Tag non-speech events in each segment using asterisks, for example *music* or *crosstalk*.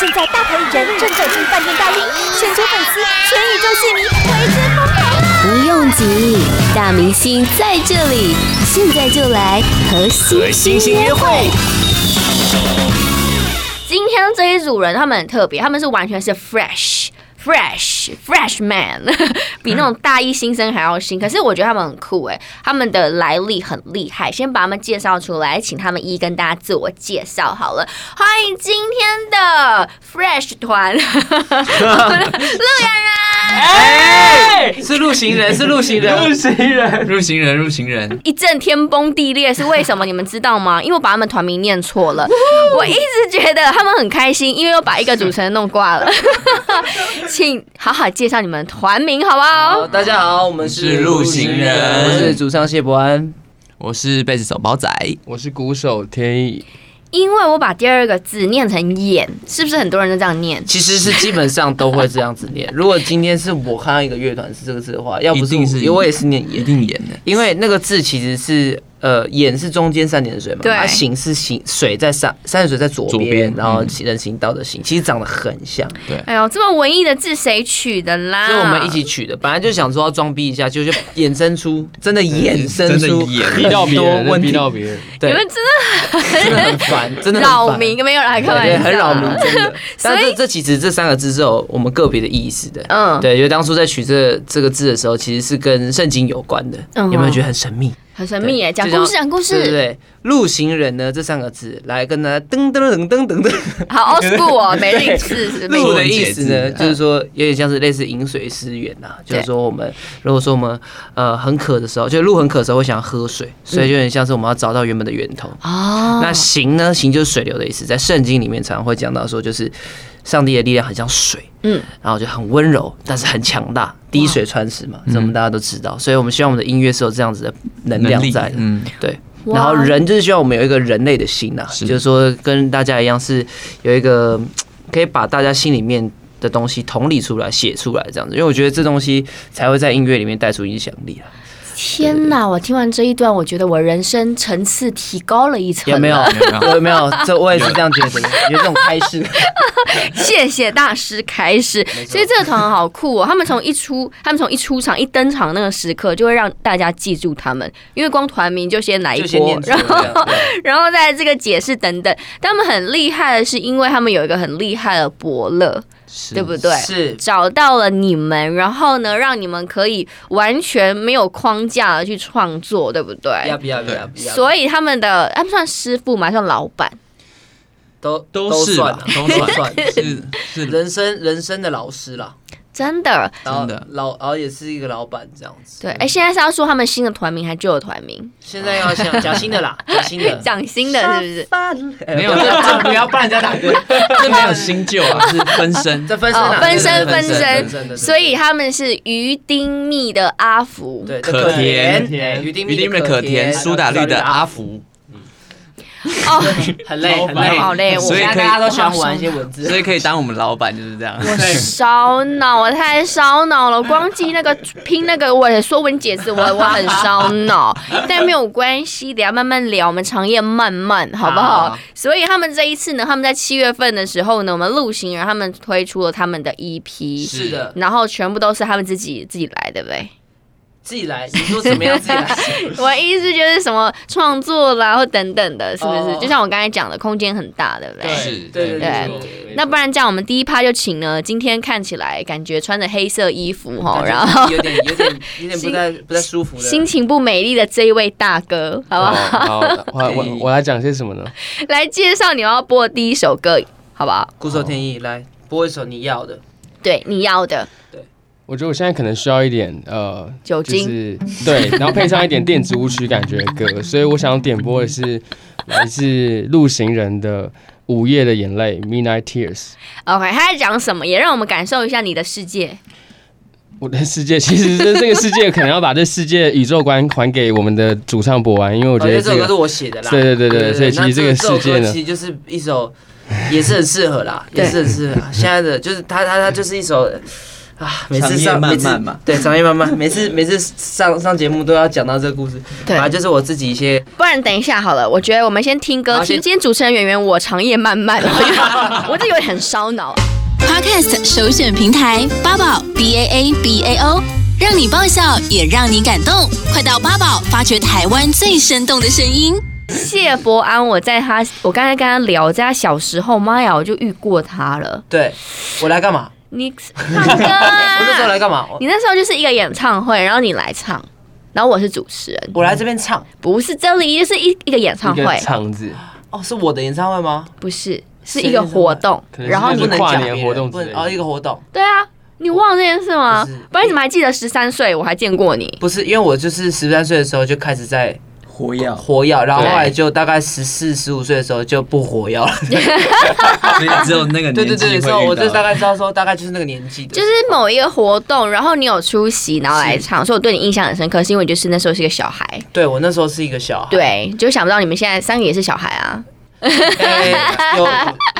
现在大牌艺人正走进饭店大厅，全球粉丝、全宇宙戏迷为之疯狂啊！不用急，大明星在这里，现在就来和和星星星约会。今天这一组人他们很特别，他们是完全是 fresh。fresh fresh man，比 *laughs* 那种大一新生还要新。可是我觉得他们很酷诶、他们的来历很厉害。先把他们介绍出来，请他们一一跟大家自我介绍好了。欢迎今天的 fresh 团， *laughs* 哎， *laughs* 是路行人，是路行路人，行人，入行人，入行人。一阵天崩地裂是为什么？你们知道吗？因 *laughs* 为我把他们团名念错了。我一直觉得他们很开心，因为我把一个主持人弄挂 *laughs* 了。请好好介绍你们团名好不好？大家好，我们是路行人我是主唱谢伯安，我是贝斯手包仔，我是鼓手天意。因为我把第二个字念成眼，是不是很多人都这样念？其实是基本上都会这样子念。如果今天是我看到一个乐团是这个字的话，要不一定我是因为我也是念一演，定演的。因为那个字其实是呃眼是中间三点水嘛，对它形是形水在上，三点水在左左边边，然后嗯人行道的行，其实长得很像，哎呦，这么文艺的字谁取的啦？所以我们一起取的。本来就想说要装逼一下，就就衍生出真的衍生真出的衍很多问题，别人，对你们真的真的很 *laughs* 烦，真的很扰烦。民，没有啦，开玩对，笑，很扰民，真 *laughs* 的。但所这以这其实这三个字是有我们个别的意思的。嗯对，因为当初在取这这个字的时候，其实是跟圣经有关的。嗯哼有没有觉得很神秘？很神秘耶。对讲就故像事，讲故对对事，对，路行人呢这三个字来跟大家噔噔噔噔噔噔，好 old school *laughs* 哦，没历史是没路历的史。意思呢，就是说有点像是类似饮水思源呐，就是说我们如果说我们呃很渴的时候，就是路很渴的时候会想要喝水，嗯所以就有点像是我们要找到原本的源头。哦，那行呢？行就是水流的意思，在圣经里面常常会讲到说，就是上帝的力量很像水，嗯，然后就很温柔，但是很强大，滴水穿石嘛，这我们大家都知道。所以我们希望我们的音乐是有这样子的能量在的，嗯，对。哇然后人就是希望我们有一个人类的心呐、啊就是说跟大家一样是有一个嗯可以把大家心里面的东西同理出来、写出来这样子，因为我觉得这东西才会在音乐里面带出影响力啊，天哪！我听完这一段，我觉得我人生层次提高了一层。有没有？有没有没有？这我也是这样觉得的，有这种开示。谢谢大师开始。所以这个团好酷哦！他们从一出，他们从一出场、一登场那个时刻，就会让大家记住他们，因为光团名就先来一就先波念，出来哎然这样后 *laughs* 对然后再这个解释等等。但他们很厉害的是，因为他们有一个很厉害的伯乐，对不对？是找到了你们，然后呢，让你们可以完全没有框架的去创作，对不对？要不要不要不要，所以他们的他们算师傅嘛，算老板。都都是算吧啊，都都算 *laughs* 算是是 *laughs* 人生人生的老师啦，真的，然后真的老然后也是一个老板这样子。对，哎、现在是要说他们新的团名还是旧的团名？。现在要想讲新的啦，讲新的 *laughs* 讲新的是不啊是？没没有这 *laughs* 这不要帮人家打歌，这没有新旧啊，是分身。这分身哦啊，分身对对对分身分身的。所以他们是鱼丁蜜的阿福。对，对可甜甜哎于丁于丁的的可甜，苏打绿的阿啊，福，哦，很累很累，好累所以我大家都喜欢玩一些文字，所以可以当我们老板就是这样。烧脑，我太烧脑 *laughs* 了，光记那个拼那个我的《说文解字》我，我很烧 *laughs* 脑，但没有关系，等一下慢慢聊，我们长夜漫漫，好不好？好所以他们这一次呢，他们在七月份的时候呢，我们陆行人他们推出了他们的 E EP，是的，然后全部都是他们自己自己来，对不对？自己来，你说怎么样自己来，我的意思就是什么创作啦，或等等的，是不是哦就像我刚才讲的，空间很大，对不对？ *laughs* 是对对对对。那不然这样，我们第一趴就请呢，今天看起来感觉穿着黑色衣服哈，然后有点 *laughs* 有点有点不太不太舒服的，心情不美丽的这一位大哥，好不好？哦好，哦我我我来讲些什么呢？ *laughs* 来介绍你要播的第一首歌，好不好？鼓手天意来播一首你要的，对，你要的我觉得我现在可能需要一点呃酒精就是对，然后配上一点电子舞曲感觉的歌，所以我想点播的是来自路行人的《午夜的眼泪》（Midnight Tears）。 ，OK，他在讲什么？也让我们感受一下你的世界。我的世界其实是这个世界，可能要把这世界宇宙观还给我们的主唱博安，因为我我觉觉得哦得这这首歌是个我写的啦。对对对对所以其实那这个这首世界歌呢其实就是一首，也是很适合啦，*laughs* 也对是很适合啦。现在的就是它它它就是一首啊，每次长夜上漫漫每嘛次对，长夜漫漫，每次每次上上节目都要讲到这个故事，对反正就是我自己一些不然等一下好了，我觉得我们先听歌。好听先今天主持人圆圆，我长夜漫漫， *laughs* 我这有点很烧脑。 Podcast 首选平台八宝 B A A B A O，让你爆笑也让你感动，快到八宝发掘台湾最生动的声音。谢伯安，我在他，我刚才跟他聊，在他小时候，妈呀，我就遇过他了。对我来干嘛？你唱歌我那时候啊来？干嘛？我你那时候就是一个演唱会，然后你来唱，然后我是主持人，我来这边唱不是这里，就是一一个演唱一个会，场子，哦，是我的演唱会吗？不是是一个活动，可能是然后那你不种能跨讲年别人活动之不能类的哦，一个活动对啊，你忘了这件事吗不是？不然你怎么还记得十三岁我还见过你？不是，因为我就是十三岁的时候就开始在火药，活哦药，然后对后来就大概十四十五岁的时候就不 *laughs* 活药了。所以 *laughs* 只有那个对对年纪对，会遇所以我就大到。概知道说，大概就是那个年纪的，就是某一个活动，然后你有出席，然后来唱，所以我对你印象很深刻，是因为就是那时候是一个小孩，对我那时候是一个小孩， *laughs* 对，就想不到你们现在三个也是小孩啊。哎，有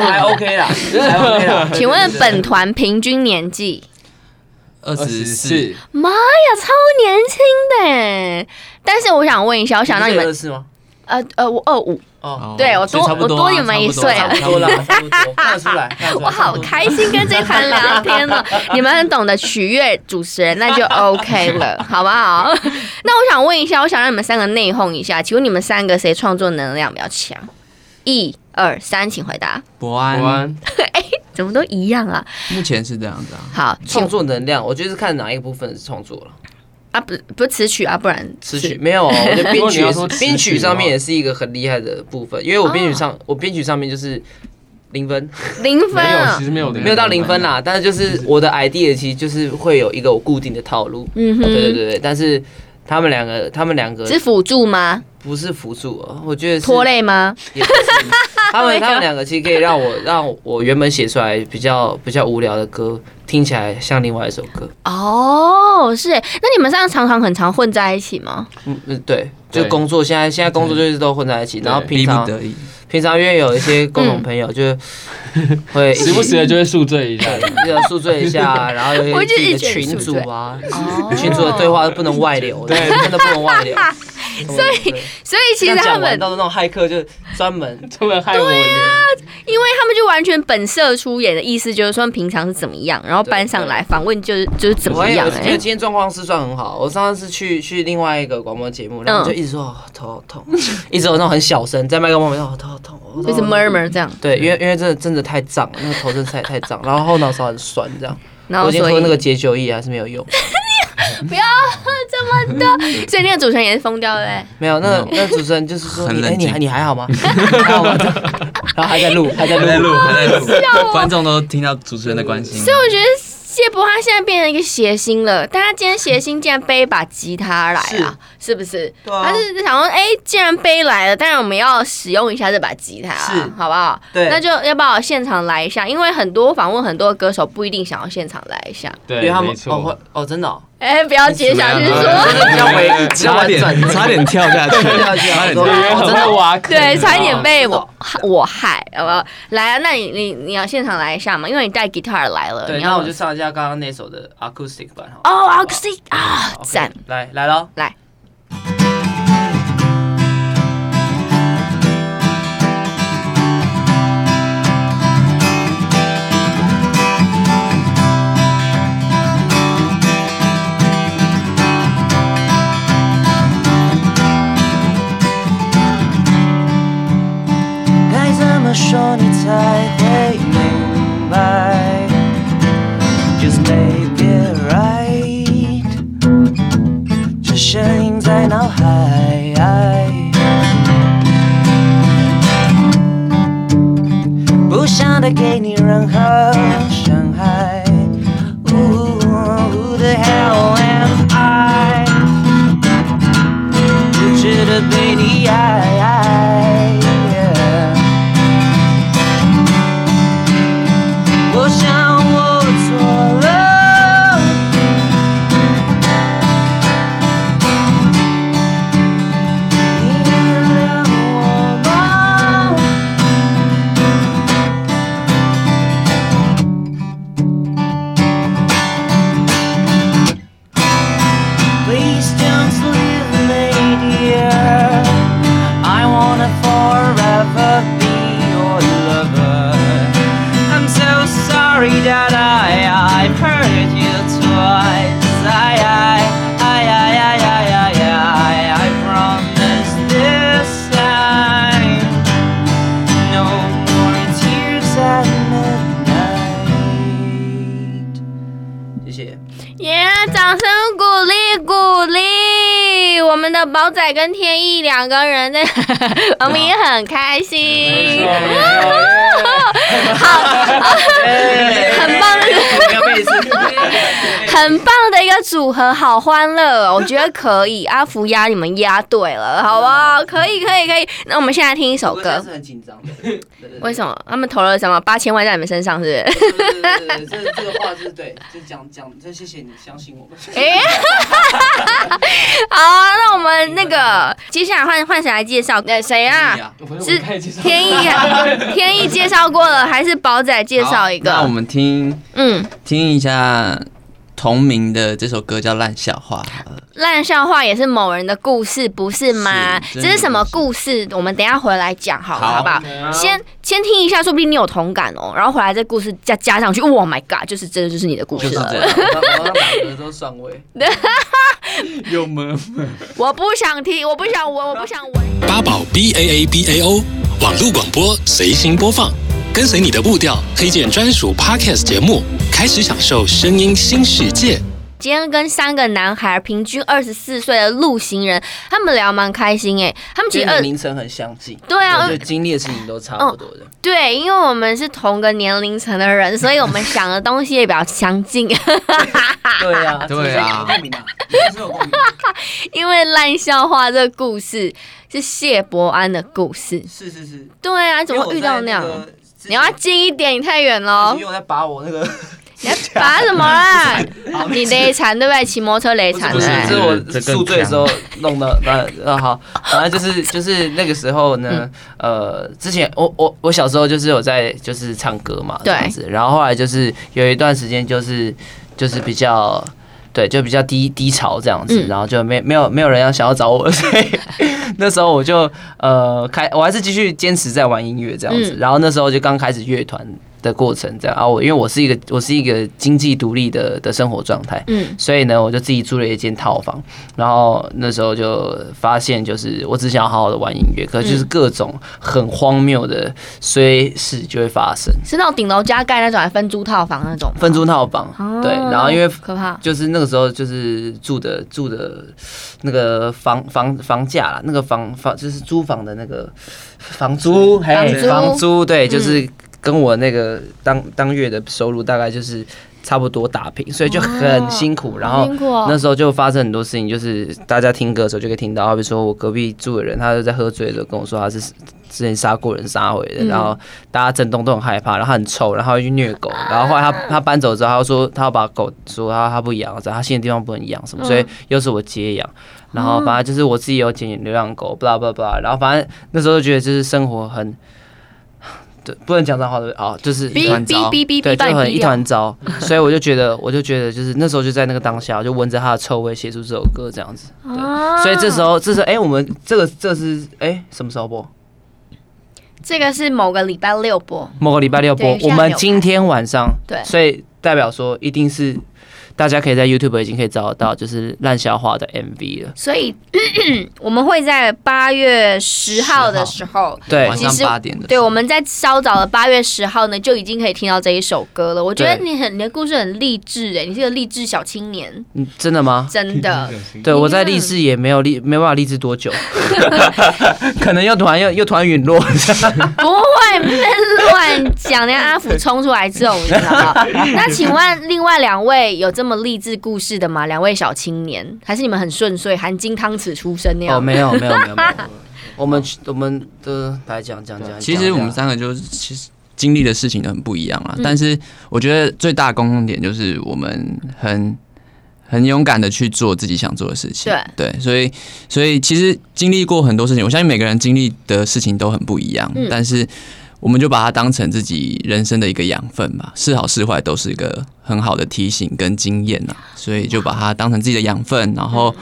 还 OK *laughs* 啦，还 OK *laughs* 啦。请问对对对本团平均年纪？二二十十四四，妈呀，超年轻的耶！但是我想问一下，我想到你二们，是吗？呃呃，我二五，哦，对我多所以差不我多啊你们一差不多岁差不差不多多啦啦，差不多，看得出来，看得出 *laughs* 来我好开心跟这盘聊天哦。你们很懂得取悦主持人，那就 *laughs* OK 了，好不好？那我想问一下，我想让你们三个内讧一下，请问你们三个谁创作能量比较强？一二三，请回答。伯国安安怎么都一样啊？目前是这样子啊，好，创请作能量，我就是看哪一个部分是创作了。啊，不不是词曲啊，不然词是曲没有，我觉 *laughs* 得如编果你曲也要是说词曲编曲的话上面也是一个很厉害的部分，因为我编曲上我编曲上面就是零分，零分没有，啊其。实没有的，没有到零分啦，但是就是我的 idea 其实就是会有一个我固定的套路，嗯哼对对对对，但是他们两个他们两个是辅助吗？不是辅助哦，我觉得是拖累吗？也不是他们他们两个其实可以让我让我原本写出来比较比较无聊的歌，听起来像另外一首歌。哦，是耶。那你们这样常常很常混在一起吗？嗯嗯，对，就对工作现在现在工作就是都混在一起，然后对平逼不常得已。平常因为有一些共同朋嗯友，就会呃时不时的就会宿醉一下。要宿醉 *laughs* 一下，啊然后有我一就些自己一的直觉得群宿主醉啊，哦群主的对话不能外流，哦对真的不能外流。所以所以其实他讲完们，到时候那种骇客就 *laughs* 专门这么害我的，因为他们就完全本色出演的意思，就是说他们平常是怎么样，然后搬上来访问就是就是怎么我也样有，觉得哎，今天状况是算很好。我上次去去另外一个广播节目，然后嗯就一直说、哦、头好痛， *laughs* 一直有那种很小声在麦克风里面、哦、头好痛，我头就好是痛 murmur 这样，对，因为因为真的真的太胀了，那个头真的太太胀，然后后脑勺很酸这样。然后我已经哦所喝以那个解酒液还是没有用， *laughs* 所以那个主持人也是疯掉哎嘞。没有。嗯那个那主持人就是说，很你冷哎、你静还你还好吗？ *laughs* 还好吗？然后还在录，还在还在 *laughs* 录。录，还在录，观众都听到主持人的关心。哦所以我觉得谢伯他现在变成一个谐星了，但他今天谐星竟然背一把吉他来啊，是不是？对啊他是想说，哎、既然背来了，当然我们要使用一下这把吉他、是啊，好不好？对那就要不要现场来一下？因为很多访问很多歌手不一定想要现场来一下。因为对，他没们哦会错，哦真的、哦，哎、不要接啊下去怎么说样，真的比较委哎比较差婉转 *laughs* 点，差点跳下去，跳下去啊差点跳下我说演员去哦真很会的挖坑，啊对，差一你知点道吗被知道我我害，好不好？来啊，那你你你要现场来一下嘛，因为你带吉他来了，对，你那要我就上一下刚刚那首的 acoustic 版哈。哦好啊不好是啊， OK， *laughs* 赞。来来喽。该怎么说你才会明白？Just make it right，这声音在脑海。不想再给你任何伤害。Ooh, who the hell am I？只值得被你爱。Yeah 我想我错了，你原谅我吧。掌声鼓励鼓励！我们的宝仔跟天意两个人 *laughs* 在，我们也很开心。很棒的，我要背一次。很棒的一个组合，好欢乐、哦，我觉得可以。阿福压你们压对了，好不好？可以，可以，可以。那我们现在听一首我真的歌是，很紧张的。为什么？他们投了什么八千万在你们身上，是不是？对对对对对，这这个话是对，就讲讲，就谢谢你相信我们。哎， *laughs* 好啊，那我们那个接下来换换谁来介绍？那谁啊？是天意啊，天意介绍过了，还是宝仔介绍一那我个？们听嗯，听一下同名的这首歌叫《烂笑话》好了。烂笑话也是某人的故事，不是吗？是真这的是什么故事？我们等一下回来讲好了，好好不好？先先听一下，说不定你有同感哦。然后回来这故事加加上去，Oh my god，就是真的就是你的故事就是这了。样我要打嗝都上位。有吗？我不想听，我不想闻，我不想闻。八宝 B A A B A O 网络广播随心播放，跟随你的步调，推荐专属 Podcast 节目，开始享受声音新世界。今天跟三个男孩，平均二十四岁的路行人，他们聊蛮开心诶、他们其这实个二名称很相近，对啊所以经历的事情都差不多的。对，因为我们是同个年龄层的 *laughs* 人，所以我们想的东西也比较相近。 *laughs* 对啊，对啊这是有共鸣的，这是有共鸣的。因为烂笑话这个故事是谢伯安的故事。是是是，对啊，你怎么会遇到那样？因为我在个之前你要近一点，你太远了哦因。为我在拔我那个，你要拔什么 *laughs* 啦？好你雷残对不对？骑摩托车哎雷残不对不是，是对？我宿醉的时候弄的。那呃好，反正就是就是那个时候呢，呃，之前我我我小时候就是有在就是唱歌嘛，对这样子。然后后来就是有一段时间就是就是比较。对，就比较低低潮这样子，嗯然后就没没有没有人要想要找我，所 *laughs* 以那时候我就呃开，我还是继续坚持在玩音乐这样子。嗯然后那时候就刚开始乐团的过程这样，然后我因为我是一个我是一个经济独立的的生活状态，嗯，所以呢，我就自己租了一间套房，然后那时候就发现，就是我只想要好好的玩音乐，可是就是各种很荒谬的衰事就会发生。是那种顶楼加盖那种，还分租套房那种吗。分租套房，哦对，然后因为可怕。就是那个时候就是住的住的那个房房房价啦，那个房房就是租房的那个房租，还房租房租，对，嗯就是跟我那个当当月的收入大概就是。差不多打平，所以就很辛苦。然后辛苦哦那时候就发生很多事情，就是大家听歌的时候就可以听到，好比说我隔壁住的人，他就在喝醉的时候跟我说他是之前杀过人杀回的，嗯然后大家震动都很害怕，然后他很臭，然后他会去虐狗，然后后来他他搬走之后，他说他要把狗说他他不养，然后他新的地方不能养什么，所以又是我接养，然后反正就是我自己有捡流浪嗯狗，巴拉巴拉巴拉，然后反正那时候就觉得就是生活很， *sighs* 对，不能讲脏话的哦，就是哔很哔哔哔哔，对，就把你很逼一掉。团糟， *laughs* 所以我就觉得，我就觉得就是那时候就在那个当下，我就闻着他的臭味写出这首歌这样子，啊对，所以这时候这时候哎、我们这个这是哎、什么时候播？这个是某个礼拜六播，某个礼拜六播对，我们今天晚上，对所以代表说一定是大家可以在 YouTube 已经可以找得到，就是烂笑话的 MV 了。所以 *coughs* 我们会在八月十号的时候。对晚，其上实八点的。对，我们在稍早的八月十号呢，就已经可以听到这一首歌了。我觉得对你很你的故事很励志哎，你是个励志小青年，嗯真的吗？真 *laughs* 的。对，我在励志也没有励，没办法励志多 *laughs* 久，可能又突然又又突然陨落。 *laughs* 不会不是乱讲，人家阿福冲出来揍你，好不好？那请问另外两位有这么励志故事的吗？两位小青年，还是你们很顺遂，含金汤匙出生那样？哦，没有没有没有没 *laughs* 有，我们我们的来讲讲讲。其讲实我们讲三个就是其实经历的事情都很不一样啦，啊但是我觉得最大的共同点就是我们很很勇敢的去做自己想做的事情。对，所以所以其实经历过很多事情，我相信每个人经历的事情都很不一样，嗯但是。我们就把它当成自己人生的一个养分吧，是好是坏都是一个很好的提醒跟经验呐、所以就把它当成自己的养分，然后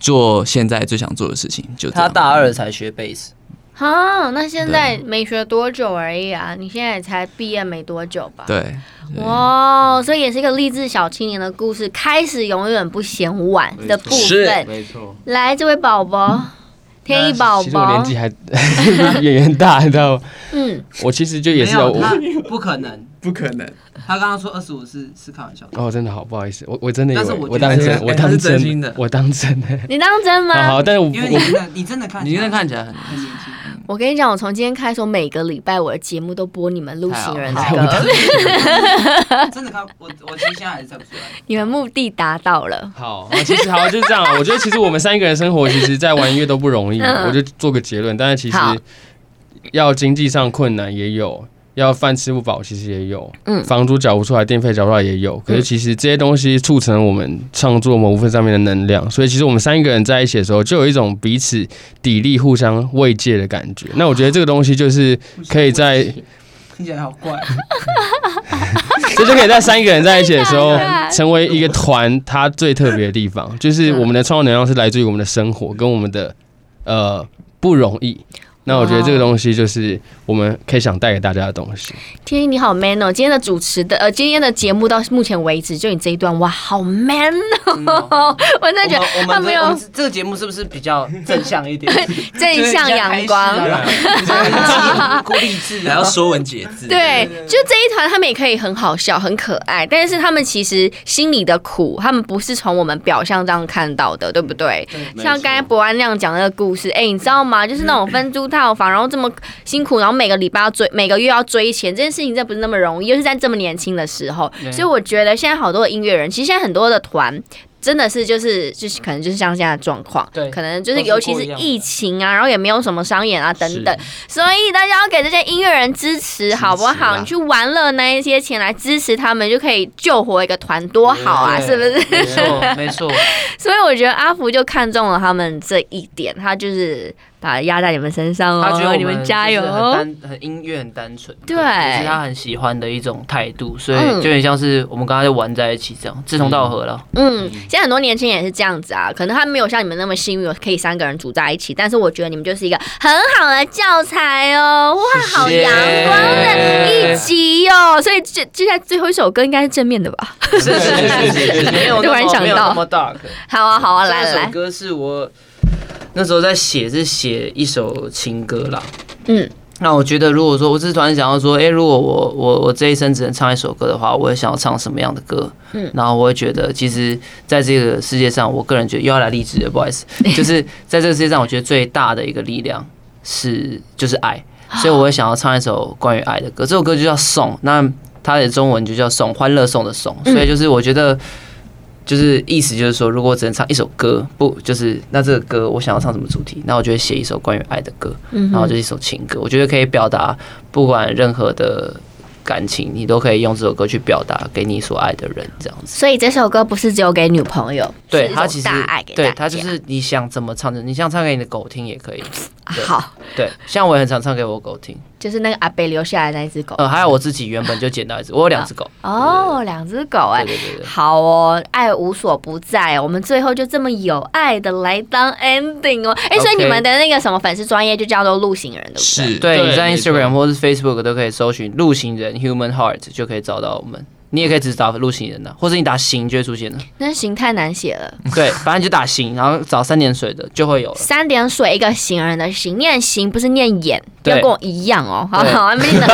做现在最想做的事情。就这他样大二才学贝斯，啊，那现在没学多久而已啊，你现在也才毕业没多久吧？对，哇，所以也是一个励志小青年的故事，开始永远不嫌晚的部分。没错，来，这位宝宝，天一宝其实我宝年，纪还 *laughs* 比演员大，你知道吗？嗯，我其实就也是有我不可能，不可能。他刚刚说二十五是是开玩笑的。哦，真的好不好意思，我我真的以但是为我觉得是我当真，哎我他是当真心的我当真 *laughs* 的。你当真好吗？好，但是我我真的，你真的看你现在看起来很我跟你讲，我从今天开始，我每个礼拜我的节目都播你们陆行人的太好歌，真的看我，我其实现在还是看不出来。你们目的达到了。好，哦好其实好就是这样。啊我觉得其实我们三个人生活，其实在玩音乐都不容易。嗯我就做个结论，但是其实好要经济上困难也有，要饭吃不饱其实也有，嗯房租缴不出来，电费缴不出来也有。可是其实这些东西促成我们创作某部分上面的能量，所以其实我们三个人在一起的时候，就有一种彼此砥砺、互相慰藉的感觉。那我觉得这个东西就是可以在，听起来好怪。哦 *laughs* *laughs* 这就可以在三个人在一起的时候真的啊成为一个团，它最特别的地方就是我们的创作能量是来自于我们的生活跟我们的呃不容易。那我觉得这个东西就是我们可以想带给大家的东西。天一，你好 man 哦！今天的主持的呃，今天的节目到目前为止，就你这一段，哇，好 man 哦！ *laughs* 我真的觉得嗯他我们没我有们这个节目是不是比较正向 *laughs* 一点？正向阳光。孤立志，还要说文解字，对，就这一团，他们也可以很好笑、很可爱，但是他们其实心里的苦，他们不是从我们表象这样看到的，对不对？像刚才博安那样讲那个故事，哎、你知道吗？就是那种分租套房，然后这么辛苦，然后每个礼拜要追，每个月要追钱，这件事情真的不是那么容易，尤其是在这么年轻的时候。所以我觉得现在好多的音乐人，其实现在很多的团。真的是就是就是可能就是像现在的状况，对可能就是都是尤其过是一样的疫情啊，然后也没有什么商演啊等等，所以大家要给这些音乐人支持，好不支持好？啊你去玩乐那一些钱来支持他们，就可以救活一个团，多好啊，是不是？没错，没 *laughs* 错。所以我觉得阿福就看中了他们这一点，他就是把它压在你们身上哦，他觉得我你们加就是油很哦。单很音乐很单纯，对也是他很喜欢的一种态度，所以嗯就有点像是我们刚才玩在一起这样，志同道合了。嗯，现在很多年轻人也是这样子啊，可能他没有像你们那么幸运，可以三个人组在一起，但是我觉得你们就是一个很好的教材哦，哇，好谢谢阳光的一集哦，所以接接下来最后一首歌应 *laughs* 该是正面的吧？是是是是是，没有突然那么想没有到那么 dark。好啊，好啊，来来这来首，歌是我那时候在写，是写一首情歌啦。嗯，那我觉得，如果说我是突然想要说，哎、如果我我我这一生只能唱一首歌的话，我会想要唱什么样的歌？嗯嗯，然后我会觉得，其实在这个世界上，我个人觉得又要来励志了，不好 *laughs* 意思，就是在这个世界上，我觉得最大的一个力量是就是爱，啊所以我会想要唱一首关于爱的歌。这首歌就叫《送》，那它的中文就叫《送》，欢乐颂的颂。所嗯以就是我觉得。就是意思就是说，如果我只能唱一首歌，不就是那这个歌我想要唱什么主题，那我就会写一首关于爱的歌，嗯然后就是一首情歌。我觉得可以表达不管任何的感情，你都可以用这首歌去表达给你所爱的人，这样子。所以这首歌不是只有给女朋友，对是一他种其实大爱给大对家。他就是你想怎么唱就你想唱给你的狗听也可以。对好，对，像我也很常唱给我狗听，就是那个阿北留下来的那一只狗。呃，还有我自己原本就捡到一只，我有两只狗。哦，两只狗哎、对对对对，好哦，爱无所不在，哦我们最后就这么有爱的来当 ending 哦。哎、所以你 OK 们的那个什么粉丝专业就叫做路行人，对不对？是对，你在没错 Instagram 或是 Facebook 都可以搜寻“陆行人 Human Heart” 就可以找到我们。你也可以只打陆行人的、或者你打行就会出现了。那行太难写了，对，反正你就打行，然后找三点水的就会有了。三点水一个行人的行，念行不是念眼，对要跟我一样哦。好对好，念的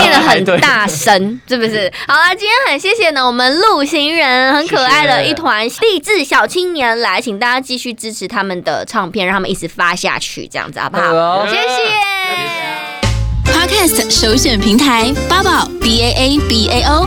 念的很大声，是不是？好了，今天很谢谢呢，我们路行人很可爱的一团励志小青年来，请大家继续支持他们的唱片，让他们一直发下去，这样子好不好？好谢谢。 Podcast 首选平台八宝 B A A B A O，